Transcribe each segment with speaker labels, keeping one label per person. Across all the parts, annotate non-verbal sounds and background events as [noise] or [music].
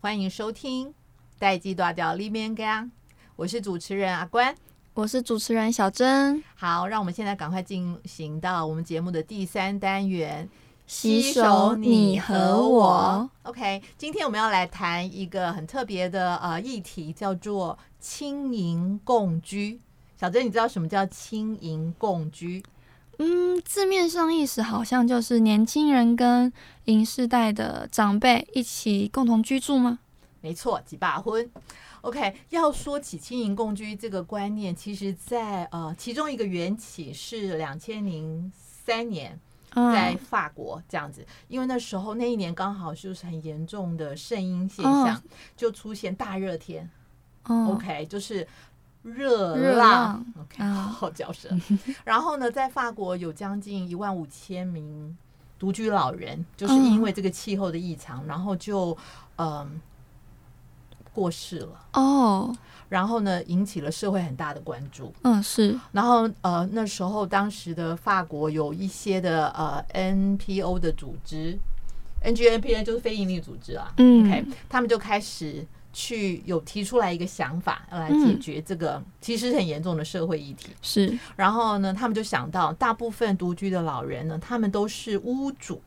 Speaker 1: 欢迎收听《待机大调里面干》，我是主持人阿关。
Speaker 2: 我是主持人小珍。
Speaker 1: 好，让我们现在赶快进行到我们节目的第三单元。
Speaker 2: 洗手你和我。
Speaker 1: OK，今天我们要来谈一个很特别的呃议题，叫做轻盈共居。小珍，你知道什么叫轻盈共居？
Speaker 2: 嗯，字面上意思好像就是年轻人跟银世代的长辈一起共同居住吗？
Speaker 1: 没错，几把婚。OK，要说起轻盈共居这个观念，其实在呃其中一个缘起是两千零三年在
Speaker 2: 嗯，
Speaker 1: 法国这样子，因为那时候那一年刚好就是很严重的肾阴现
Speaker 2: 嗯
Speaker 1: 象，就出现大热天。
Speaker 2: 哦，
Speaker 1: OK，就是热
Speaker 2: 热
Speaker 1: 浪
Speaker 2: 浪
Speaker 1: OK，[laughs]
Speaker 2: 啊
Speaker 1: 好嚼舌。然后呢，在法国有将近一万五千名独居老人，就是
Speaker 2: 嗯
Speaker 1: 因为这个气候的异常，然后就嗯、过世了。
Speaker 2: 哦，
Speaker 1: 然后呢，引起了社会很大的关注。
Speaker 2: 嗯，是，
Speaker 1: 然后呃，那时候当时的法国有一些的呃 NPO 的组织，NGNPN 就是非营利组织啊。
Speaker 2: 嗯
Speaker 1: OK，他们就开始去有提出来一个想法，要来解决这个其实很严重的社会议题。
Speaker 2: 是，
Speaker 1: 然后呢，他们就想到，大部分独居的老人呢，他们都是屋主，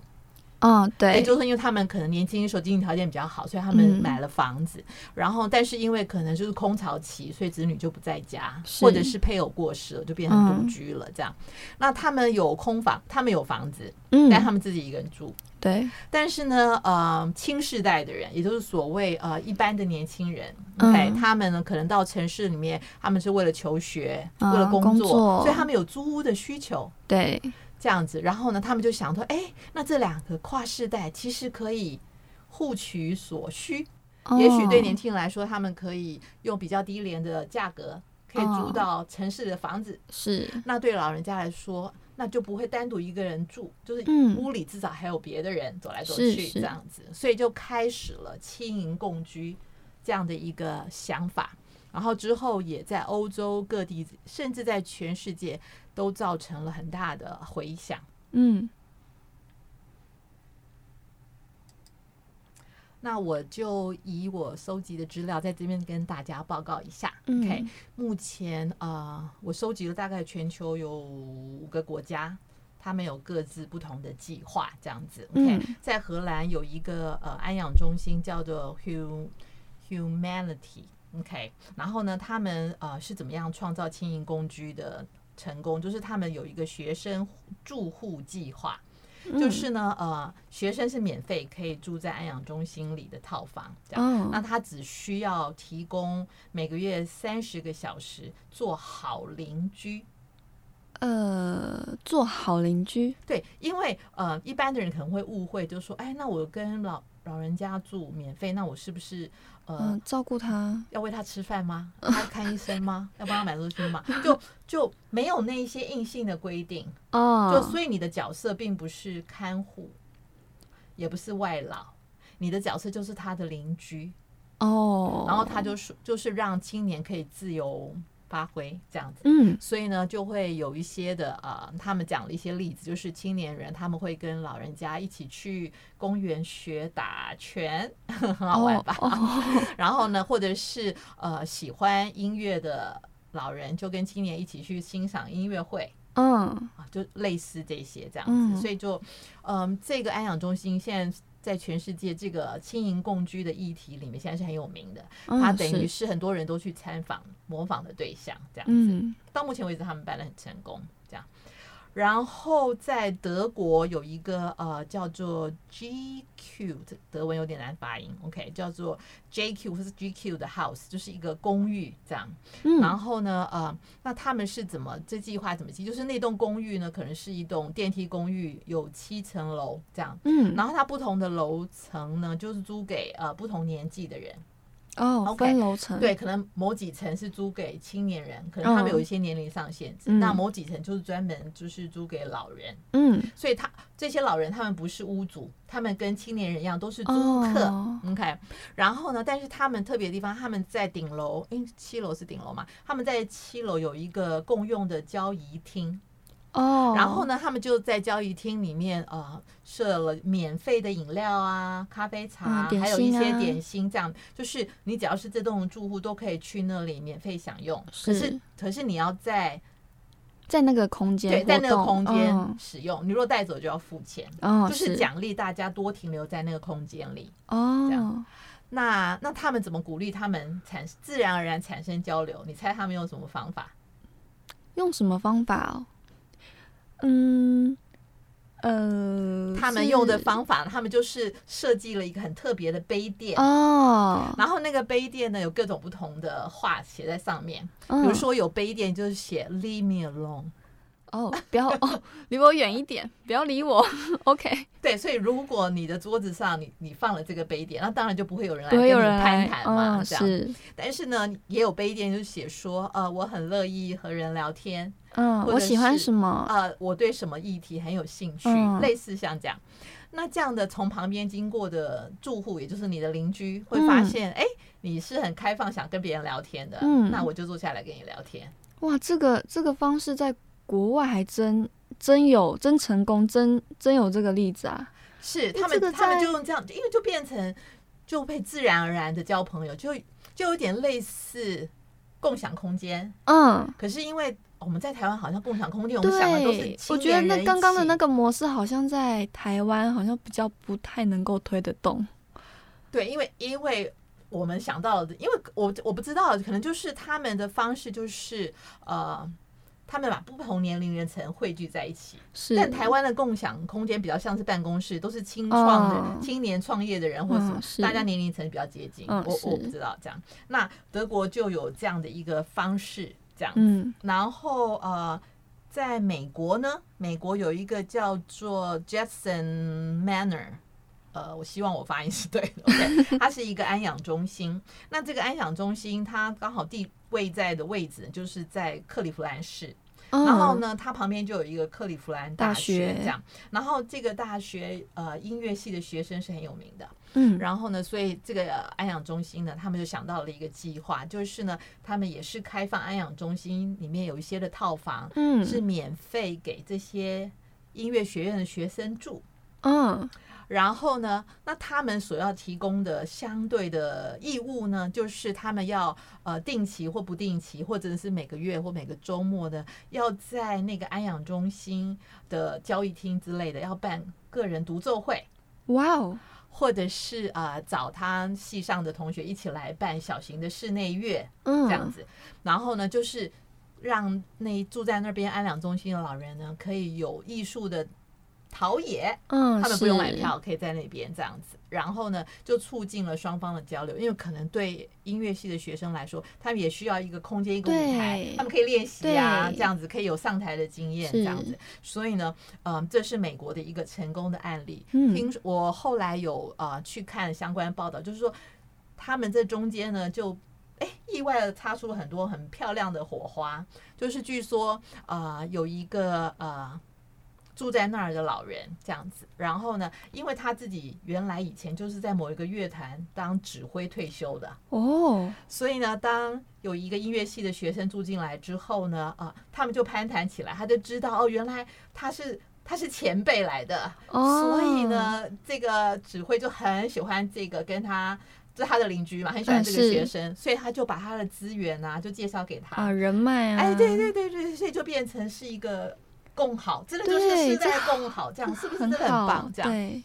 Speaker 2: 嗯，
Speaker 1: 也
Speaker 2: 对，
Speaker 1: 就是因为他们可能年轻的时候经济条件比较好，所以他们
Speaker 2: 嗯
Speaker 1: 买了房子。然后，但是因为可能就是空巢期，所以子女就不在家，
Speaker 2: 是嗯
Speaker 1: 或者是配偶过世了，就变成独居了这样。那他们有空房，他们有房子，
Speaker 2: 嗯，
Speaker 1: 但他们自己一个人住。
Speaker 2: 对，
Speaker 1: 但是呢，呃，新世代的人，也就是所谓呃一般的年轻人、
Speaker 2: 嗯
Speaker 1: o k 他们呢可能到城市里面，他们是为了求学，
Speaker 2: 啊
Speaker 1: 为了工
Speaker 2: 工作
Speaker 1: 所以他们有租屋的需求。
Speaker 2: 对，
Speaker 1: 这样子，然后呢，他们就想说，哎、那这两个跨世代其实可以互取所需。
Speaker 2: 哦
Speaker 1: 也许对年，轻人来说，他们可以用比较低廉的价格，可以租
Speaker 2: 哦
Speaker 1: 到城市的房
Speaker 2: 嗯
Speaker 1: 子。
Speaker 2: 是，
Speaker 1: 那对老人家来说，那就不会单独一个人住，就是
Speaker 2: 嗯
Speaker 1: 屋里至少还有别的人走来走
Speaker 2: 是
Speaker 1: 去
Speaker 2: 是
Speaker 1: 这样子，所以就开始了轻盈共居这样的一个想法。然后之后也在欧洲各地，甚至在全世界都造成了很大的回响。
Speaker 2: 嗯，
Speaker 1: 那我就以我收集的资料在这边跟大家报告一下。
Speaker 2: 嗯
Speaker 1: OK，目前呃，我收集了大概全球有五个国家，他们有各自不同的计划，这样子。OK，、
Speaker 2: 嗯
Speaker 1: 在荷兰有一个呃安养中心叫做 Hu Humanity。OK，然后呢，他们呃是怎么样创造轻盈公居的成功？就是他们有一个学生住户计划，就
Speaker 2: 嗯，
Speaker 1: 是呢，呃，学生是免费可以住在安养中心里的套房，这样。那
Speaker 2: 哦，
Speaker 1: 他只需要提供每个月三十个小时做好邻居。
Speaker 2: 呃，做好邻居，
Speaker 1: 对，因为呃，一般的人可能会误会，就说，哎，那我跟老老人家住免费，那我是不是呃、
Speaker 2: 嗯，照顾他，
Speaker 1: 要喂他吃饭
Speaker 2: [laughs]
Speaker 1: 吗？要他看医生吗？要帮他买东西吗？就就没有那一些硬性的规定，
Speaker 2: 哦，
Speaker 1: 就所以你的角色并不是看护，也不是外劳，你的角色就是他的邻居，
Speaker 2: 哦，
Speaker 1: 然后他就是就是让青年可以自由发挥这样子。
Speaker 2: 嗯，
Speaker 1: 所以呢，就会有一些的呃，他们讲了一些例子，就是青年人他们会跟老人家一起去公园学打拳， [laughs] 很好玩吧？
Speaker 2: 哦哦
Speaker 1: [laughs] 然后呢，或者是呃喜欢音乐的老人，就跟青年一起去欣赏音乐会，
Speaker 2: 嗯，
Speaker 1: 啊，就类似这些这样子，
Speaker 2: 嗯
Speaker 1: 所以就，嗯，这个安养中心现在在全世界这个轻盈共居的议题里面，现在是很有名的，
Speaker 2: 嗯
Speaker 1: 它等于
Speaker 2: 是
Speaker 1: 是很多人都去参访模仿的对象这样子。
Speaker 2: 嗯，
Speaker 1: 到目前为止，他们办的很成功，这样。然后在德国有一个呃叫做 GQ，这德文有点难发音，OK，叫做 JQ 或是 GQ 的 house，就是一个公寓这样。
Speaker 2: 嗯
Speaker 1: 然后呢，呃，那他们是怎么这计划怎么计？就是那栋公寓呢，可能是一栋电梯公寓，有七层楼这样。
Speaker 2: 嗯，
Speaker 1: 然后它不同的楼层呢，就是租给呃不同年纪的人。
Speaker 2: 哦，
Speaker 1: OK，
Speaker 2: 分楼层，
Speaker 1: 对，可能某几层是租给青年人，可能他们
Speaker 2: 嗯
Speaker 1: 有一些年龄上限制。
Speaker 2: 嗯
Speaker 1: 那某几层就是专门就是租给老人，
Speaker 2: 嗯，
Speaker 1: 所以他这些老人他们不是屋主，他们跟青年人一样都是租客。
Speaker 2: 哦，
Speaker 1: OK，然后呢？但是他们特别的地方，他们在顶楼，因为七楼是顶楼嘛，他们在七楼有一个共用的交谊厅，
Speaker 2: 哦，
Speaker 1: 然后呢，他们就在交易厅里面呃设了免费的饮料啊、咖啡茶、
Speaker 2: 嗯点
Speaker 1: 还有一
Speaker 2: 心
Speaker 1: 些
Speaker 2: 啊
Speaker 1: 点心，这样就是你只要是这栋住户都可以去那里免费享用。可
Speaker 2: 是
Speaker 1: 是可是你要在
Speaker 2: 在那个空间
Speaker 1: 对
Speaker 2: 活
Speaker 1: 在那个
Speaker 2: 动
Speaker 1: 空间
Speaker 2: 嗯
Speaker 1: 使用，你如果带走就要付钱，
Speaker 2: 哦，
Speaker 1: 就是奖励大家多停留在那个空间里。这
Speaker 2: 哦
Speaker 1: 样，那那他们怎么鼓励他们产自然而然产生交流？你猜他们用什么方法？
Speaker 2: 用什么方法哦？嗯，呃，
Speaker 1: 他们用的
Speaker 2: 是
Speaker 1: 方法，他们就是设计了一个很特别的杯垫。
Speaker 2: 哦，
Speaker 1: 然后那个杯垫呢，有各种不同的话写在上面，比
Speaker 2: 比
Speaker 1: 如说有杯垫就是写 “Leave me alone”。
Speaker 2: 哦，不要哦，离我远一点，不要理我。OK， [laughs]
Speaker 1: 对，所以如果你的桌子上你你放了这个杯垫，那当然就不会有人来
Speaker 2: 不
Speaker 1: 跟
Speaker 2: 会
Speaker 1: 你
Speaker 2: 有人
Speaker 1: 攀
Speaker 2: 来，
Speaker 1: 谈嘛，
Speaker 2: 嗯，
Speaker 1: 这样。
Speaker 2: 是，
Speaker 1: 但是呢，也有杯垫就是写说，呃，我很乐意和人聊天，
Speaker 2: 嗯，
Speaker 1: 或者
Speaker 2: 我喜欢
Speaker 1: 是
Speaker 2: 什么？
Speaker 1: 呃，我对什么议题很有兴趣，
Speaker 2: 嗯
Speaker 1: 类似像这样。那这样的从旁边经过的住户，也就是你的邻居，会发
Speaker 2: 嗯
Speaker 1: 现，哎、你是很开放，想跟别人聊天的，
Speaker 2: 嗯
Speaker 1: 那我就坐下来跟你聊天。
Speaker 2: 哇，这个这个方式在国外还真真有，真成功，真真有这个例子啊。
Speaker 1: 是
Speaker 2: 那
Speaker 1: 他
Speaker 2: 这
Speaker 1: 们，
Speaker 2: 个
Speaker 1: 他们
Speaker 2: 在
Speaker 1: 就用这样，因为就变成就会自然而然的交朋友，就就有点类似共享空间。
Speaker 2: 嗯，
Speaker 1: 可是因为我们在台湾好像共享空间，我们想的啊都是
Speaker 2: 对，我
Speaker 1: 青
Speaker 2: 觉得
Speaker 1: 年人
Speaker 2: 那
Speaker 1: 一
Speaker 2: 刚刚的
Speaker 1: 起
Speaker 2: 那个模式好像在台湾好像比较不太能够推得动。
Speaker 1: 对，因为因为我们想到的，因为我我不知道，可能就是他们的方式就是呃，他们把不同年龄人层汇聚在一起。
Speaker 2: 是，
Speaker 1: 但台湾的共享空间比较像是办公室，都是青创的、
Speaker 2: 哦
Speaker 1: 青年创业的人，或者
Speaker 2: 嗯是
Speaker 1: 大家年龄层比较接近。
Speaker 2: 嗯
Speaker 1: 我我
Speaker 2: 是
Speaker 1: 不知道这样。那德国就有这样的一个方式，这样。
Speaker 2: 嗯，
Speaker 1: 然后呃，在美国呢，美国有一个叫做 Jackson Manor。呃，我希望我发音是对的。OK，它
Speaker 2: [laughs]
Speaker 1: 是一个安养中心。那这个安养中心，它刚好地位在的位置就是在克利夫兰市。然后呢，它旁边就有一个克利夫兰大
Speaker 2: 嗯大学
Speaker 1: 这样。然后这个大学呃音乐系的学生是很有名的。
Speaker 2: 嗯？嗯，
Speaker 1: 然后呢，所以这个呃安养中心呢，他们就想到了一个计划，就是呢，他们也是开放安养中心里面有一些的套房、
Speaker 2: 嗯，
Speaker 1: 是免费给这些音乐学院的学生住。
Speaker 2: 嗯，
Speaker 1: 然后呢，那他们所要提供的相对的义务呢，就是他们要呃定期或不定期，或者是每个月或每个周末的，要在那个安养中心的交易厅之类的，要办个人独奏会。
Speaker 2: 哇哦，
Speaker 1: 或者是呃找他系上的同学一起来办小型的室内乐
Speaker 2: 嗯，
Speaker 1: 这样子，然后呢就是让那住在那边安养中心的老人呢可以有艺术的陶冶，
Speaker 2: 嗯，
Speaker 1: 他们不用买
Speaker 2: 是，
Speaker 1: 票，可以在那边这样子，然后呢就促进了双方的交流，因为可能对音乐系的学生来说，他们也需要一个空间一个舞台
Speaker 2: 对，
Speaker 1: 他们可以练习啊，
Speaker 2: 对
Speaker 1: 这样子可以有上台的经验这样子，所以呢，嗯、这是美国的一个成功的案例。
Speaker 2: 嗯
Speaker 1: 听说我后来有呃去看相关报道，就是说他们这中间呢就。哎，意外的擦出了很多很漂亮的火花，就是据说呃有一个呃住在那儿的老人这样子，然后呢，因为他自己原来以前就是在某一个乐团当指挥退休的，
Speaker 2: 哦，
Speaker 1: 所以呢，当有一个音乐系的学生住进来之后呢，啊，他们就攀谈起来，他就知道哦，原来他是他是前辈来的，
Speaker 2: 哦，
Speaker 1: 所以，呢，这个指挥就很喜欢这个跟他。就是他的邻居嘛，很喜欢
Speaker 2: 嗯
Speaker 1: 这个
Speaker 2: 是
Speaker 1: 学生，所以他就把他的资源啊，就介绍给他。
Speaker 2: 啊，人脉啊，
Speaker 1: 哎，对对对对，所以就变成是一个共好，真的就是
Speaker 2: 对
Speaker 1: 世
Speaker 2: 这
Speaker 1: 代共好，这样是不是真
Speaker 2: 很
Speaker 1: 的很
Speaker 2: 好，
Speaker 1: 棒？这样，
Speaker 2: 对，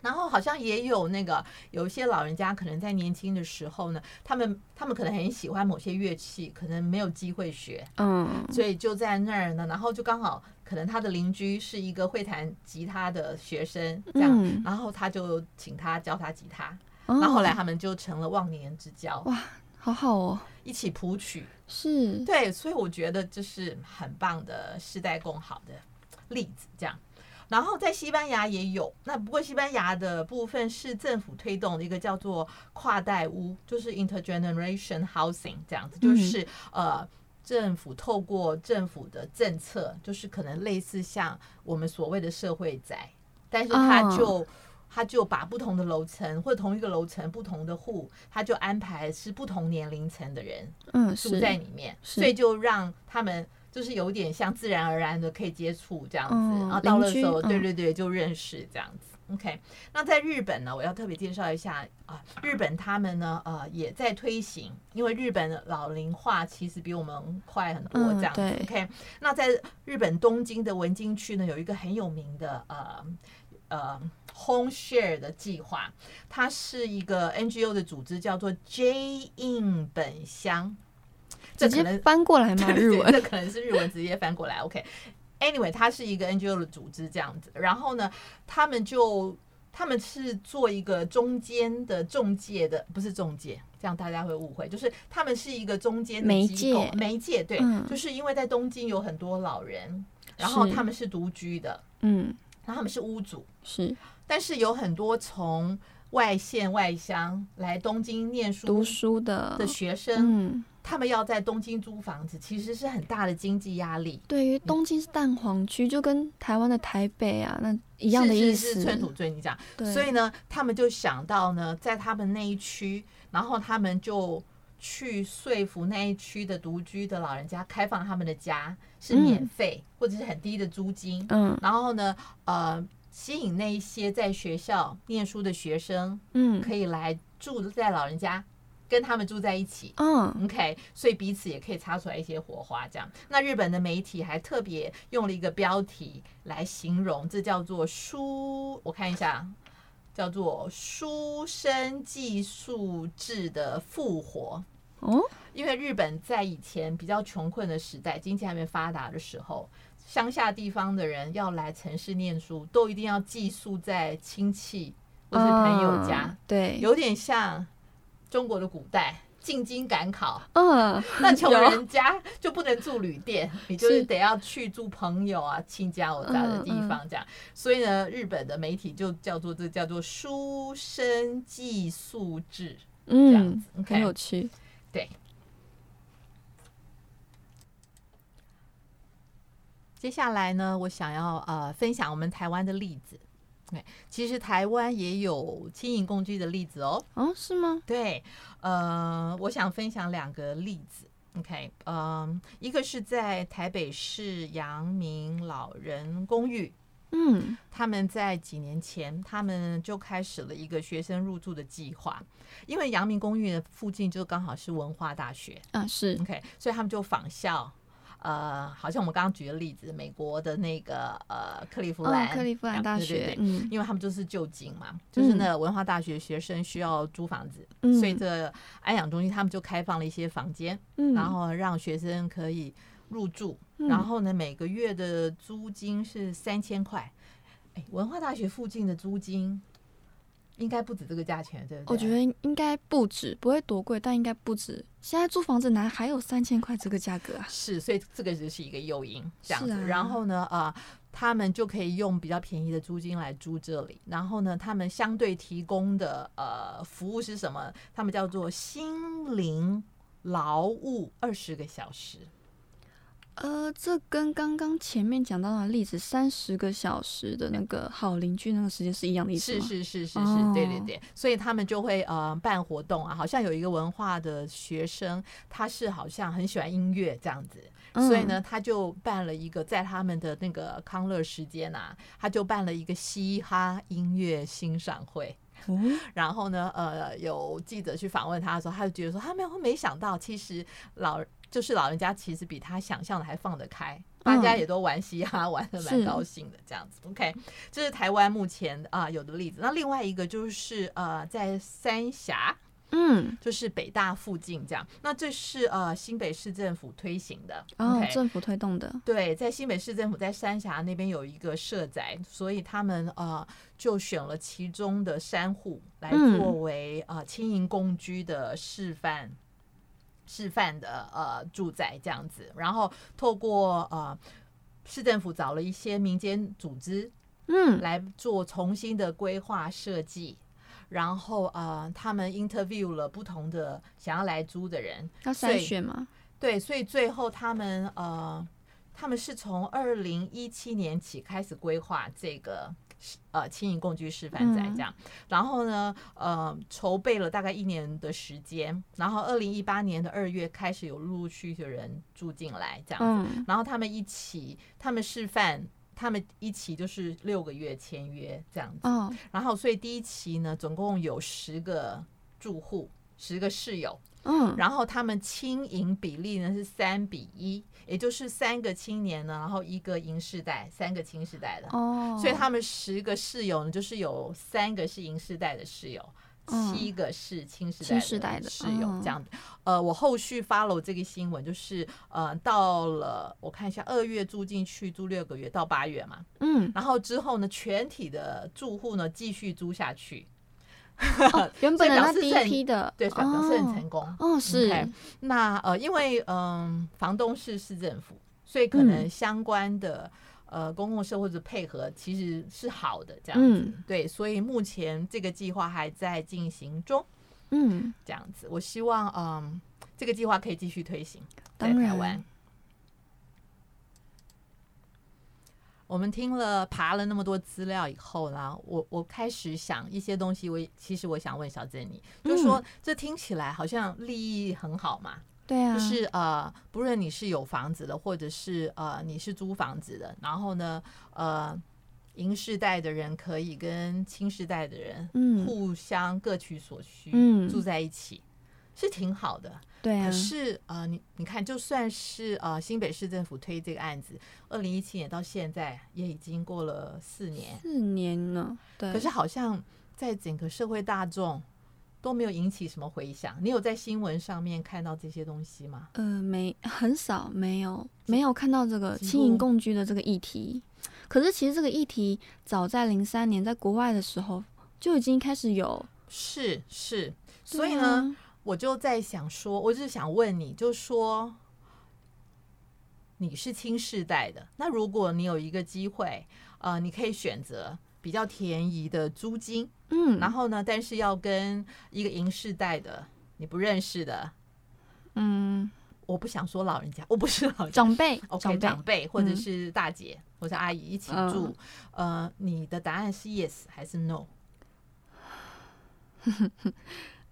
Speaker 1: 然后好像也有那个有一些老人家，可能在年轻的时候呢，他们他们可能很喜欢某些乐器，可能没有机会学，
Speaker 2: 嗯，
Speaker 1: 所以就在那儿呢，然后就刚好可能他的邻居是一个会弹吉他的学生，这样，
Speaker 2: 嗯
Speaker 1: 然后他就请他教他吉他，
Speaker 2: 哦
Speaker 1: 然后后来他们就成了忘年之交，
Speaker 2: 哇，好好哦，
Speaker 1: 一起谱曲。
Speaker 2: 是，
Speaker 1: 对，所以我觉得这是很棒的世代共好的例子，这样。然后在西班牙也有，那不过西班牙的部分是政府推动的一个叫做跨代屋，就是 intergeneration housing 这样子，就
Speaker 2: 嗯
Speaker 1: 是、呃政府透过政府的政策，就是可能类似像我们所谓的社会宅，但是它
Speaker 2: 哦
Speaker 1: 就、他就把不同的楼层或者同一个楼层不同的户，他就安排是不同年龄层的人
Speaker 2: 嗯，
Speaker 1: 住
Speaker 2: 是，
Speaker 1: 在里面，
Speaker 2: 是
Speaker 1: 所以就让他们就是有点像自然而然的可以接触这样子，
Speaker 2: 嗯
Speaker 1: 然后到了
Speaker 2: 邻居
Speaker 1: 时候，对
Speaker 2: 嗯
Speaker 1: 对对，就认识这样子。OK，那在日本呢，我要特别介绍一下啊、日本他们呢，呃，也在推行，因为日本的老龄化其实比我们快很多
Speaker 2: 嗯
Speaker 1: 这样子。
Speaker 2: 对
Speaker 1: OK，那在日本东京的文京区呢，有一个很有名的呃呃 Home Share 的计划，它是一个 NGO 的组织，叫做 J in 本乡。这
Speaker 2: 直
Speaker 1: 可
Speaker 2: 接
Speaker 1: 能
Speaker 2: 翻过来嘛，
Speaker 1: [laughs] 对
Speaker 2: 日
Speaker 1: 对
Speaker 2: 文。
Speaker 1: 这可能是日文直接翻过来。OK。Anyway，它是一个 NGO 的组织这样子，然后呢，他们就他们是做一个中间的中介的，不是中介，这样大家会误会，就是他们是一个中间的
Speaker 2: 媒
Speaker 1: 机构
Speaker 2: 介
Speaker 1: 媒介，对，
Speaker 2: 嗯
Speaker 1: 就是因为在东京有很多老人，然后
Speaker 2: 是
Speaker 1: 他们是独居的，
Speaker 2: 嗯，
Speaker 1: 然后他们是屋主，
Speaker 2: 是
Speaker 1: 但是有很多从外县外乡来东京念书
Speaker 2: 读书的
Speaker 1: 的，学生，
Speaker 2: 嗯，
Speaker 1: 他们要在东京租房子，其实是很大的经济压力。
Speaker 2: 对于东京是蛋黄区，就跟台湾的台北啊那一样的意
Speaker 1: 是是
Speaker 2: 思
Speaker 1: 是。寸土寸金这样。
Speaker 2: 对，
Speaker 1: 所以呢，他们就想到呢，在他们那一区，然后他们就去说服那一区的独居的老人家开放他们的家是免
Speaker 2: 嗯
Speaker 1: 费、或者是很低的租金，
Speaker 2: 嗯
Speaker 1: 然后呢，呃，吸引那一些在学校念书的学生
Speaker 2: 嗯
Speaker 1: 可以来住在老人家，跟他们住在一起。
Speaker 2: 嗯，
Speaker 1: OK，所以彼此也可以擦出来一些火花，这样。那日本的媒体还特别用了一个标题来形容，这叫做“书”，我看一下，叫做“书生技术制的复活
Speaker 2: 哦，”。
Speaker 1: 因为日本在以前比较穷困的时代，经济还没发达的时候，乡下地方的人要来城市念书，都一定要寄宿在亲戚或是朋友家
Speaker 2: 嗯，，对，
Speaker 1: 有点像中国的古代进京赶考。
Speaker 2: [laughs] 嗯，
Speaker 1: 那穷
Speaker 2: 有
Speaker 1: 人家就不能住旅店，你就是
Speaker 2: 是
Speaker 1: 得要去住朋友啊、亲家我家的地方
Speaker 2: 嗯
Speaker 1: 这样。所以呢，日本的媒体就叫做这叫做“书生寄宿制这样
Speaker 2: 嗯
Speaker 1: 子，，OK
Speaker 2: 很有趣。”。
Speaker 1: 接下来呢，我想要呃分享我们台湾的例子。对，其实台湾也有轻盈共居的例子哦。
Speaker 2: 哦，是吗？
Speaker 1: 对，呃，我想分享两个例子。OK，嗯、一个是在台北市阳明老人公寓，
Speaker 2: 嗯
Speaker 1: 他们在几年前，他们就开始了一个学生入住的计划，因为阳明公寓的附近就刚好是文化大学
Speaker 2: 啊，是
Speaker 1: ，OK，所以他们就仿效，呃，好像我们刚刚举的例子，美国的那个呃克利夫
Speaker 2: 哦
Speaker 1: 兰，，
Speaker 2: 克利夫嗯兰大
Speaker 1: 对对
Speaker 2: 学
Speaker 1: 对，
Speaker 2: 嗯
Speaker 1: 因为他们就是就近嘛，就是那文化大学学生需要租房子，
Speaker 2: 嗯
Speaker 1: 所以这安养中心他们就开放了一些房间，
Speaker 2: 嗯，
Speaker 1: 然后让学生可以入住，
Speaker 2: 嗯
Speaker 1: 然后呢，每个月的租金是三千块。哎，文化大学附近的租金应该不止这个价钱，对不对？
Speaker 2: 我觉得应该不止，不会多贵，但应该不止。现在租房子哪还有三千块这个价格啊？
Speaker 1: 是，所以这个就是一个诱因，这样子。
Speaker 2: 是啊
Speaker 1: 然后呢，啊、他们就可以用比较便宜的租金来租这里。然后呢，他们相对提供的呃服务是什么？他们叫做心灵劳务二十个小时。
Speaker 2: 呃，这跟刚刚前面讲到的例子三十个小时的那个好邻居那个时间是一样的意思
Speaker 1: 是
Speaker 2: 吗？
Speaker 1: 是是是
Speaker 2: 哦
Speaker 1: 是，对对对，所以他们就会呃办活动啊，好像有一个文化的学生，他是好像很喜欢音乐这样子，
Speaker 2: 嗯
Speaker 1: 所以呢，他就办了一个在他们的那个康乐时间啊，他就办了一个嘻哈音乐欣赏会。
Speaker 2: 哦，
Speaker 1: 然后呢，呃，有记者去访问他的时候，他就觉得说，他没有没想到，其实老就是老人家其实比他想象的还放得开，大家也都玩嘻哈，玩的蛮
Speaker 2: 嗯是
Speaker 1: 高兴的这样子。OK，这是台湾目前啊、有的例子。那另外一个就是呃，在三峡，
Speaker 2: 嗯，
Speaker 1: 就是北大附近这样。那这是呃新北市政府推行的。
Speaker 2: 哦
Speaker 1: OK，，
Speaker 2: 政府推动的，
Speaker 1: 对，在新北市政府在三峡那边有一个社宅，所以他们呃就选了其中的山户来
Speaker 2: 嗯
Speaker 1: 作为、呃轻盈共居的示范。示范的呃住宅这样子，然后透过呃市政府找了一些民间组织
Speaker 2: 嗯
Speaker 1: 来做重新的规划设计，然后呃他们 interview 了不同的想要来租的人，
Speaker 2: 要
Speaker 1: 所以
Speaker 2: 筛选嘛，
Speaker 1: 对，所以最后他们呃，他们是从二零一七年起开始规划这个呃轻盈共居示范仔
Speaker 2: 嗯
Speaker 1: 这样。然后呢，呃，筹备了大概一年的时间，然后二零一八年的二月开始有陆陆续续的人住进来这样子，
Speaker 2: 嗯
Speaker 1: 然后他们一起，他们示范。他们一起就是六个月签约这样子，
Speaker 2: 哦，
Speaker 1: 然后所以第一期呢，总共有十个住户，十个室友，
Speaker 2: 嗯，
Speaker 1: 然后他们轻盈比例呢是三比一，也就是三个青年呢，然后一个银世代，三个青世代的。
Speaker 2: 哦，
Speaker 1: 所以他们十个室友呢，就是有三个是银世代的室友，
Speaker 2: 嗯
Speaker 1: 七个是青世
Speaker 2: 青世
Speaker 1: 代
Speaker 2: 代
Speaker 1: 的
Speaker 2: 的
Speaker 1: 室友。
Speaker 2: 嗯
Speaker 1: 这样，呃，我后续 follow 这个新闻，就是呃，到了我看一下，二月住进去住六个月，到八月嘛， [laughs]
Speaker 2: 嗯，
Speaker 1: 然后之后呢，全体的住户呢继续租下去，
Speaker 2: 哦原本的
Speaker 1: 表
Speaker 2: 那
Speaker 1: 示
Speaker 2: 第
Speaker 1: 是很
Speaker 2: 一批的，
Speaker 1: 对，表示很成
Speaker 2: 哦
Speaker 1: 功。
Speaker 2: 哦，是
Speaker 1: OK，那呃，因为嗯、房东是市政府，所以
Speaker 2: 嗯
Speaker 1: 可能相关的、呃公共社会的配合其实是好的，这样子。
Speaker 2: 嗯
Speaker 1: 对，所以目前这个计划还在进行中，
Speaker 2: 嗯，
Speaker 1: 这样子。我希望嗯、这个计划可以继续推行，在
Speaker 2: 当
Speaker 1: 台
Speaker 2: 然
Speaker 1: 湾。我们听了爬了那么多资料以后呢，我我开始想一些东西我也，其实我想问小珍妮，就
Speaker 2: 嗯
Speaker 1: 说、这听起来好像利益很好嘛，
Speaker 2: 对啊，
Speaker 1: 就是呃，不论你是有房子的，或者是呃你是租房子的，然后呢，呃，银世代的人可以跟青世代的人
Speaker 2: 嗯，
Speaker 1: 互相各取所需，
Speaker 2: 嗯
Speaker 1: 住在一起是挺好的。
Speaker 2: 对啊
Speaker 1: 可，是呃，你你看，就算是呃新北市政府推这个案子，二零一七年到现在也已经过了四年，
Speaker 2: 四年了，对，
Speaker 1: 可是好像在整个社会大众。都没有引起什么回响，你有在新闻上面看到这些东西吗？
Speaker 2: 呃，没很少，没有没有看到这个
Speaker 1: 几
Speaker 2: 轻
Speaker 1: 乎
Speaker 2: 盈共居的这个议题。可是其实这个议题早在零三年在国外的时候就已经开始有，
Speaker 1: 是是，
Speaker 2: 对
Speaker 1: 所以呢，
Speaker 2: 啊，
Speaker 1: 我就在想说，我就是想问你，就说你是青世代的，那如果你有一个机会，呃，你可以选择比较便宜的租金，
Speaker 2: 嗯，
Speaker 1: 然后呢，但是要跟一个银世代的你不认识的，
Speaker 2: 嗯，
Speaker 1: 我不想说老人家，我不是老人家。
Speaker 2: 长辈
Speaker 1: OK，
Speaker 2: 长辈
Speaker 1: 长辈或者
Speaker 2: 嗯
Speaker 1: 是大姐、或者阿姨一起
Speaker 2: 嗯
Speaker 1: 住，呃，你的答案是 yes 还是 no？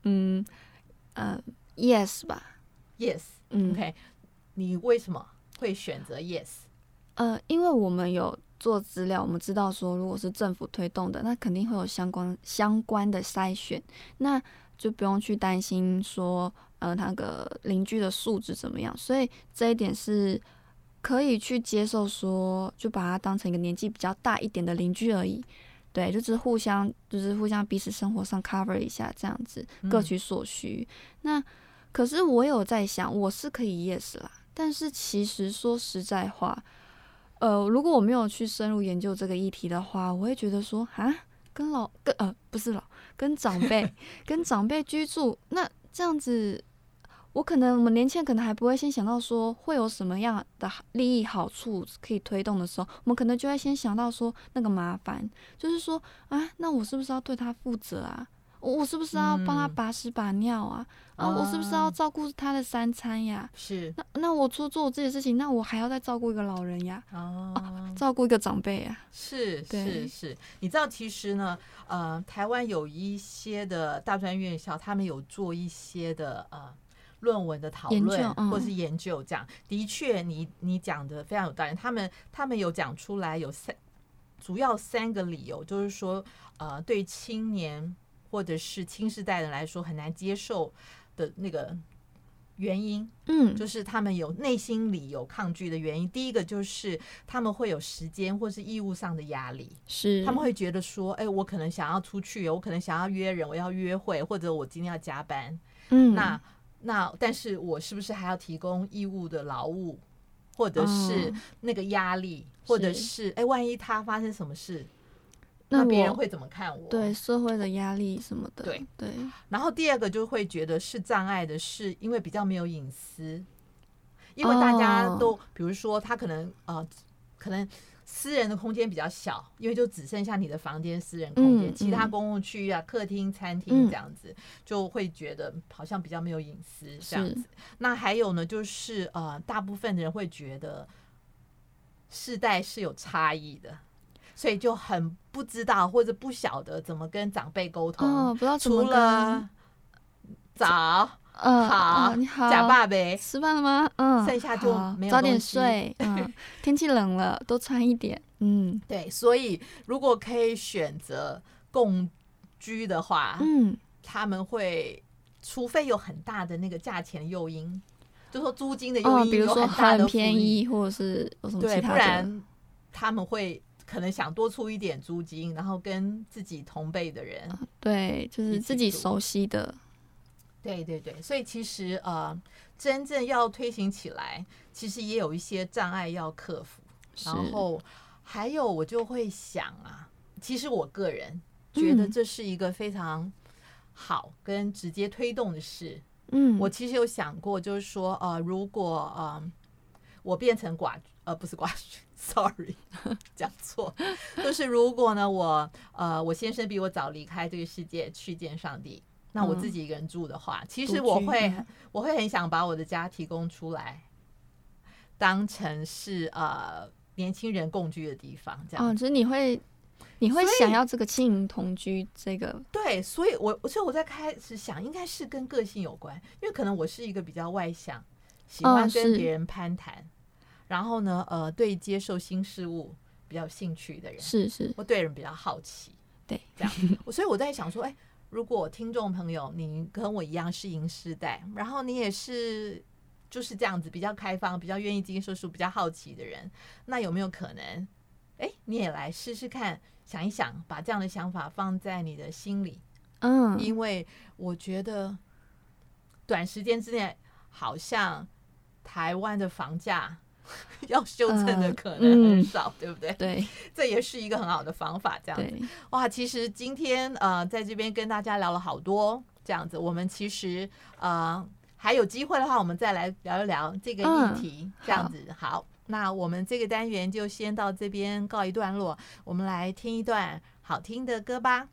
Speaker 2: 嗯呃，yes 吧，
Speaker 1: Yes，
Speaker 2: 嗯
Speaker 1: OK，你为什么会选择 Yes？
Speaker 2: 呃，因为我们有做资料，我们知道说，如果是政府推动的，那肯定会有相关相关的筛选，那就不用去担心说，呃，那个邻居的素质怎么样。所以这一点是可以去接受说就把它当成一个年纪比较大一点的邻居而已。对，就是互相，就是互相彼此生活上 cover 一下这样子，各
Speaker 1: 嗯
Speaker 2: 取所需。那可是我有在想，我是可以 yes 啦，但是其实说实在话，呃，如果我没有去深入研究这个议题的话，我会觉得说啊，跟老跟呃不是老跟长辈跟长辈居住，那这样子，我可能我们年轻人可能还不会先想到说会有什么样的好利益好处可以推动的时候，我们可能就会先想到说那个麻烦，就是说啊，那我是不是要对他负责啊？我我是不是要帮他
Speaker 1: 嗯
Speaker 2: 把屎把尿啊？啊，我是不是要
Speaker 1: 啊
Speaker 2: 照顾他的三餐呀？
Speaker 1: 是
Speaker 2: 那那我除了做我自己的事情，那我还要再照顾一个老人呀，
Speaker 1: 哦，
Speaker 2: 照顾一个长辈呀。
Speaker 1: 是是
Speaker 2: 啊对
Speaker 1: 是，你知道其实呢，呃，台湾有一些的大专院校，他们有做一些的呃。论文的讨
Speaker 2: 研究
Speaker 1: 论，
Speaker 2: 嗯
Speaker 1: 或是研究，这样、的确你，你讲的非常有道理。他们他们有讲出来有三，主要三个理由，就是说，呃，对青年或者是青世代人来说很难接受的那个原因，
Speaker 2: 嗯，
Speaker 1: 就是他们有内心里有抗拒的原因。第一个就是他们会有时间或是义务上的压力，
Speaker 2: 是
Speaker 1: 他们会觉得说，哎、我可能想要出去，我可能想要约人，我要约会，或者我今天要加班。
Speaker 2: 嗯
Speaker 1: 那那但是我是不是还要提供义务的劳务，或者是
Speaker 2: 哦
Speaker 1: 那个压力，或者是哎、万一他发生什么事，那别人
Speaker 2: 我
Speaker 1: 会怎么看我？
Speaker 2: 对社会的压力什么的，
Speaker 1: 对
Speaker 2: 对，
Speaker 1: 然后第二个就会觉得是障碍的是，因为比较没有隐私，因为大家
Speaker 2: 哦
Speaker 1: 都，比如说他可能呃，可能私人的空间比较小，因为就只剩下你的房间、私人空间，
Speaker 2: 嗯
Speaker 1: 其他
Speaker 2: 嗯
Speaker 1: 公共区域啊、客厅、餐厅这
Speaker 2: 嗯
Speaker 1: 样子，就会觉得好像比较没有隐私这样
Speaker 2: 是
Speaker 1: 子。那还有呢，就是呃，大部分的人会觉得世代是有差异的。所以就很不知道或者不晓得怎么跟长辈沟通。
Speaker 2: 哦，不知道怎么
Speaker 1: 除
Speaker 2: 跟
Speaker 1: 了早、
Speaker 2: 嗯
Speaker 1: 好、
Speaker 2: 嗯你好，
Speaker 1: 假爸呗，
Speaker 2: 吃饭了吗？嗯，
Speaker 1: 剩下就
Speaker 2: 好
Speaker 1: 没有
Speaker 2: 早点
Speaker 1: 东西
Speaker 2: 睡。
Speaker 1: [laughs]
Speaker 2: 嗯，天气冷了，多穿一点。嗯
Speaker 1: 对，所以如果可以选择共居的话，
Speaker 2: 嗯，
Speaker 1: 他们会，除非有很大的那个价钱诱因，就说租金的诱
Speaker 2: 哦，
Speaker 1: 因
Speaker 2: 比如
Speaker 1: 有
Speaker 2: 说
Speaker 1: 很大的
Speaker 2: 很
Speaker 1: 福利
Speaker 2: 便，宜，或者是有什么
Speaker 1: 对，
Speaker 2: 其
Speaker 1: 不
Speaker 2: 他的。
Speaker 1: 然他们会可能想多出一点租金，然后跟自己同辈的人，
Speaker 2: 嗯对，就
Speaker 1: 一
Speaker 2: 是
Speaker 1: 起
Speaker 2: 自己
Speaker 1: 住
Speaker 2: 熟悉的。
Speaker 1: 对对对，所以其实呃，真正要推行起来，其实也有一些障碍要克服。
Speaker 2: 是
Speaker 1: 然后还有我就会想啊，其实我个人觉得
Speaker 2: 嗯
Speaker 1: 这是一个非常好跟直接推动的事。
Speaker 2: 嗯，
Speaker 1: 我其实有想过，就是说呃，如果呃我变成寡呃不是寡妇，sorry [laughs] 讲错，就是如果呢我呃我先生比我早离开这个世界去见上帝。那我
Speaker 2: 嗯
Speaker 1: 自己一个人住的话，其
Speaker 2: 独
Speaker 1: 实我
Speaker 2: 居
Speaker 1: 会
Speaker 2: 嗯
Speaker 1: 我会很想把我的家提供出来，当成是呃年轻人共居的地方，这样。
Speaker 2: 哦，就是你会，你
Speaker 1: 所
Speaker 2: 会
Speaker 1: 以
Speaker 2: 想要这个亲邻同居这个，
Speaker 1: 对，所以我所以我在开始想，应该是跟个性有关，因为可能我是一个比较外向，喜
Speaker 2: 哦
Speaker 1: 欢跟
Speaker 2: 是
Speaker 1: 别人攀谈，然后呢，呃，对接受新事物比较有兴趣的人，
Speaker 2: 是是，
Speaker 1: 我对人比较好奇，
Speaker 2: 对，
Speaker 1: 这样，我所以我在想说，哎，如果听众朋友你跟我一样是银世代，然后你也是就是这样子比较开放、比较愿意接受书、比较好奇的人，那有没有可能，哎，你也来试试看，想一想，把这样的想法放在你的心里，
Speaker 2: 嗯，
Speaker 1: 因为我觉得短时间之内好像台湾的房价 [laughs] 要修正的
Speaker 2: 呃
Speaker 1: 可能很
Speaker 2: 嗯
Speaker 1: 少，对不对？
Speaker 2: 对
Speaker 1: 这也是一个很好的方法，这样子。
Speaker 2: 对，
Speaker 1: 哇，其实今天呃，在这边跟大家聊了好多，这样子，我们其实呃还有机会的话，我们再来聊一聊这个
Speaker 2: 嗯
Speaker 1: 议题，这样子。好，那我们这个单元就先到这边告一段落，我们来听一段好听的歌吧。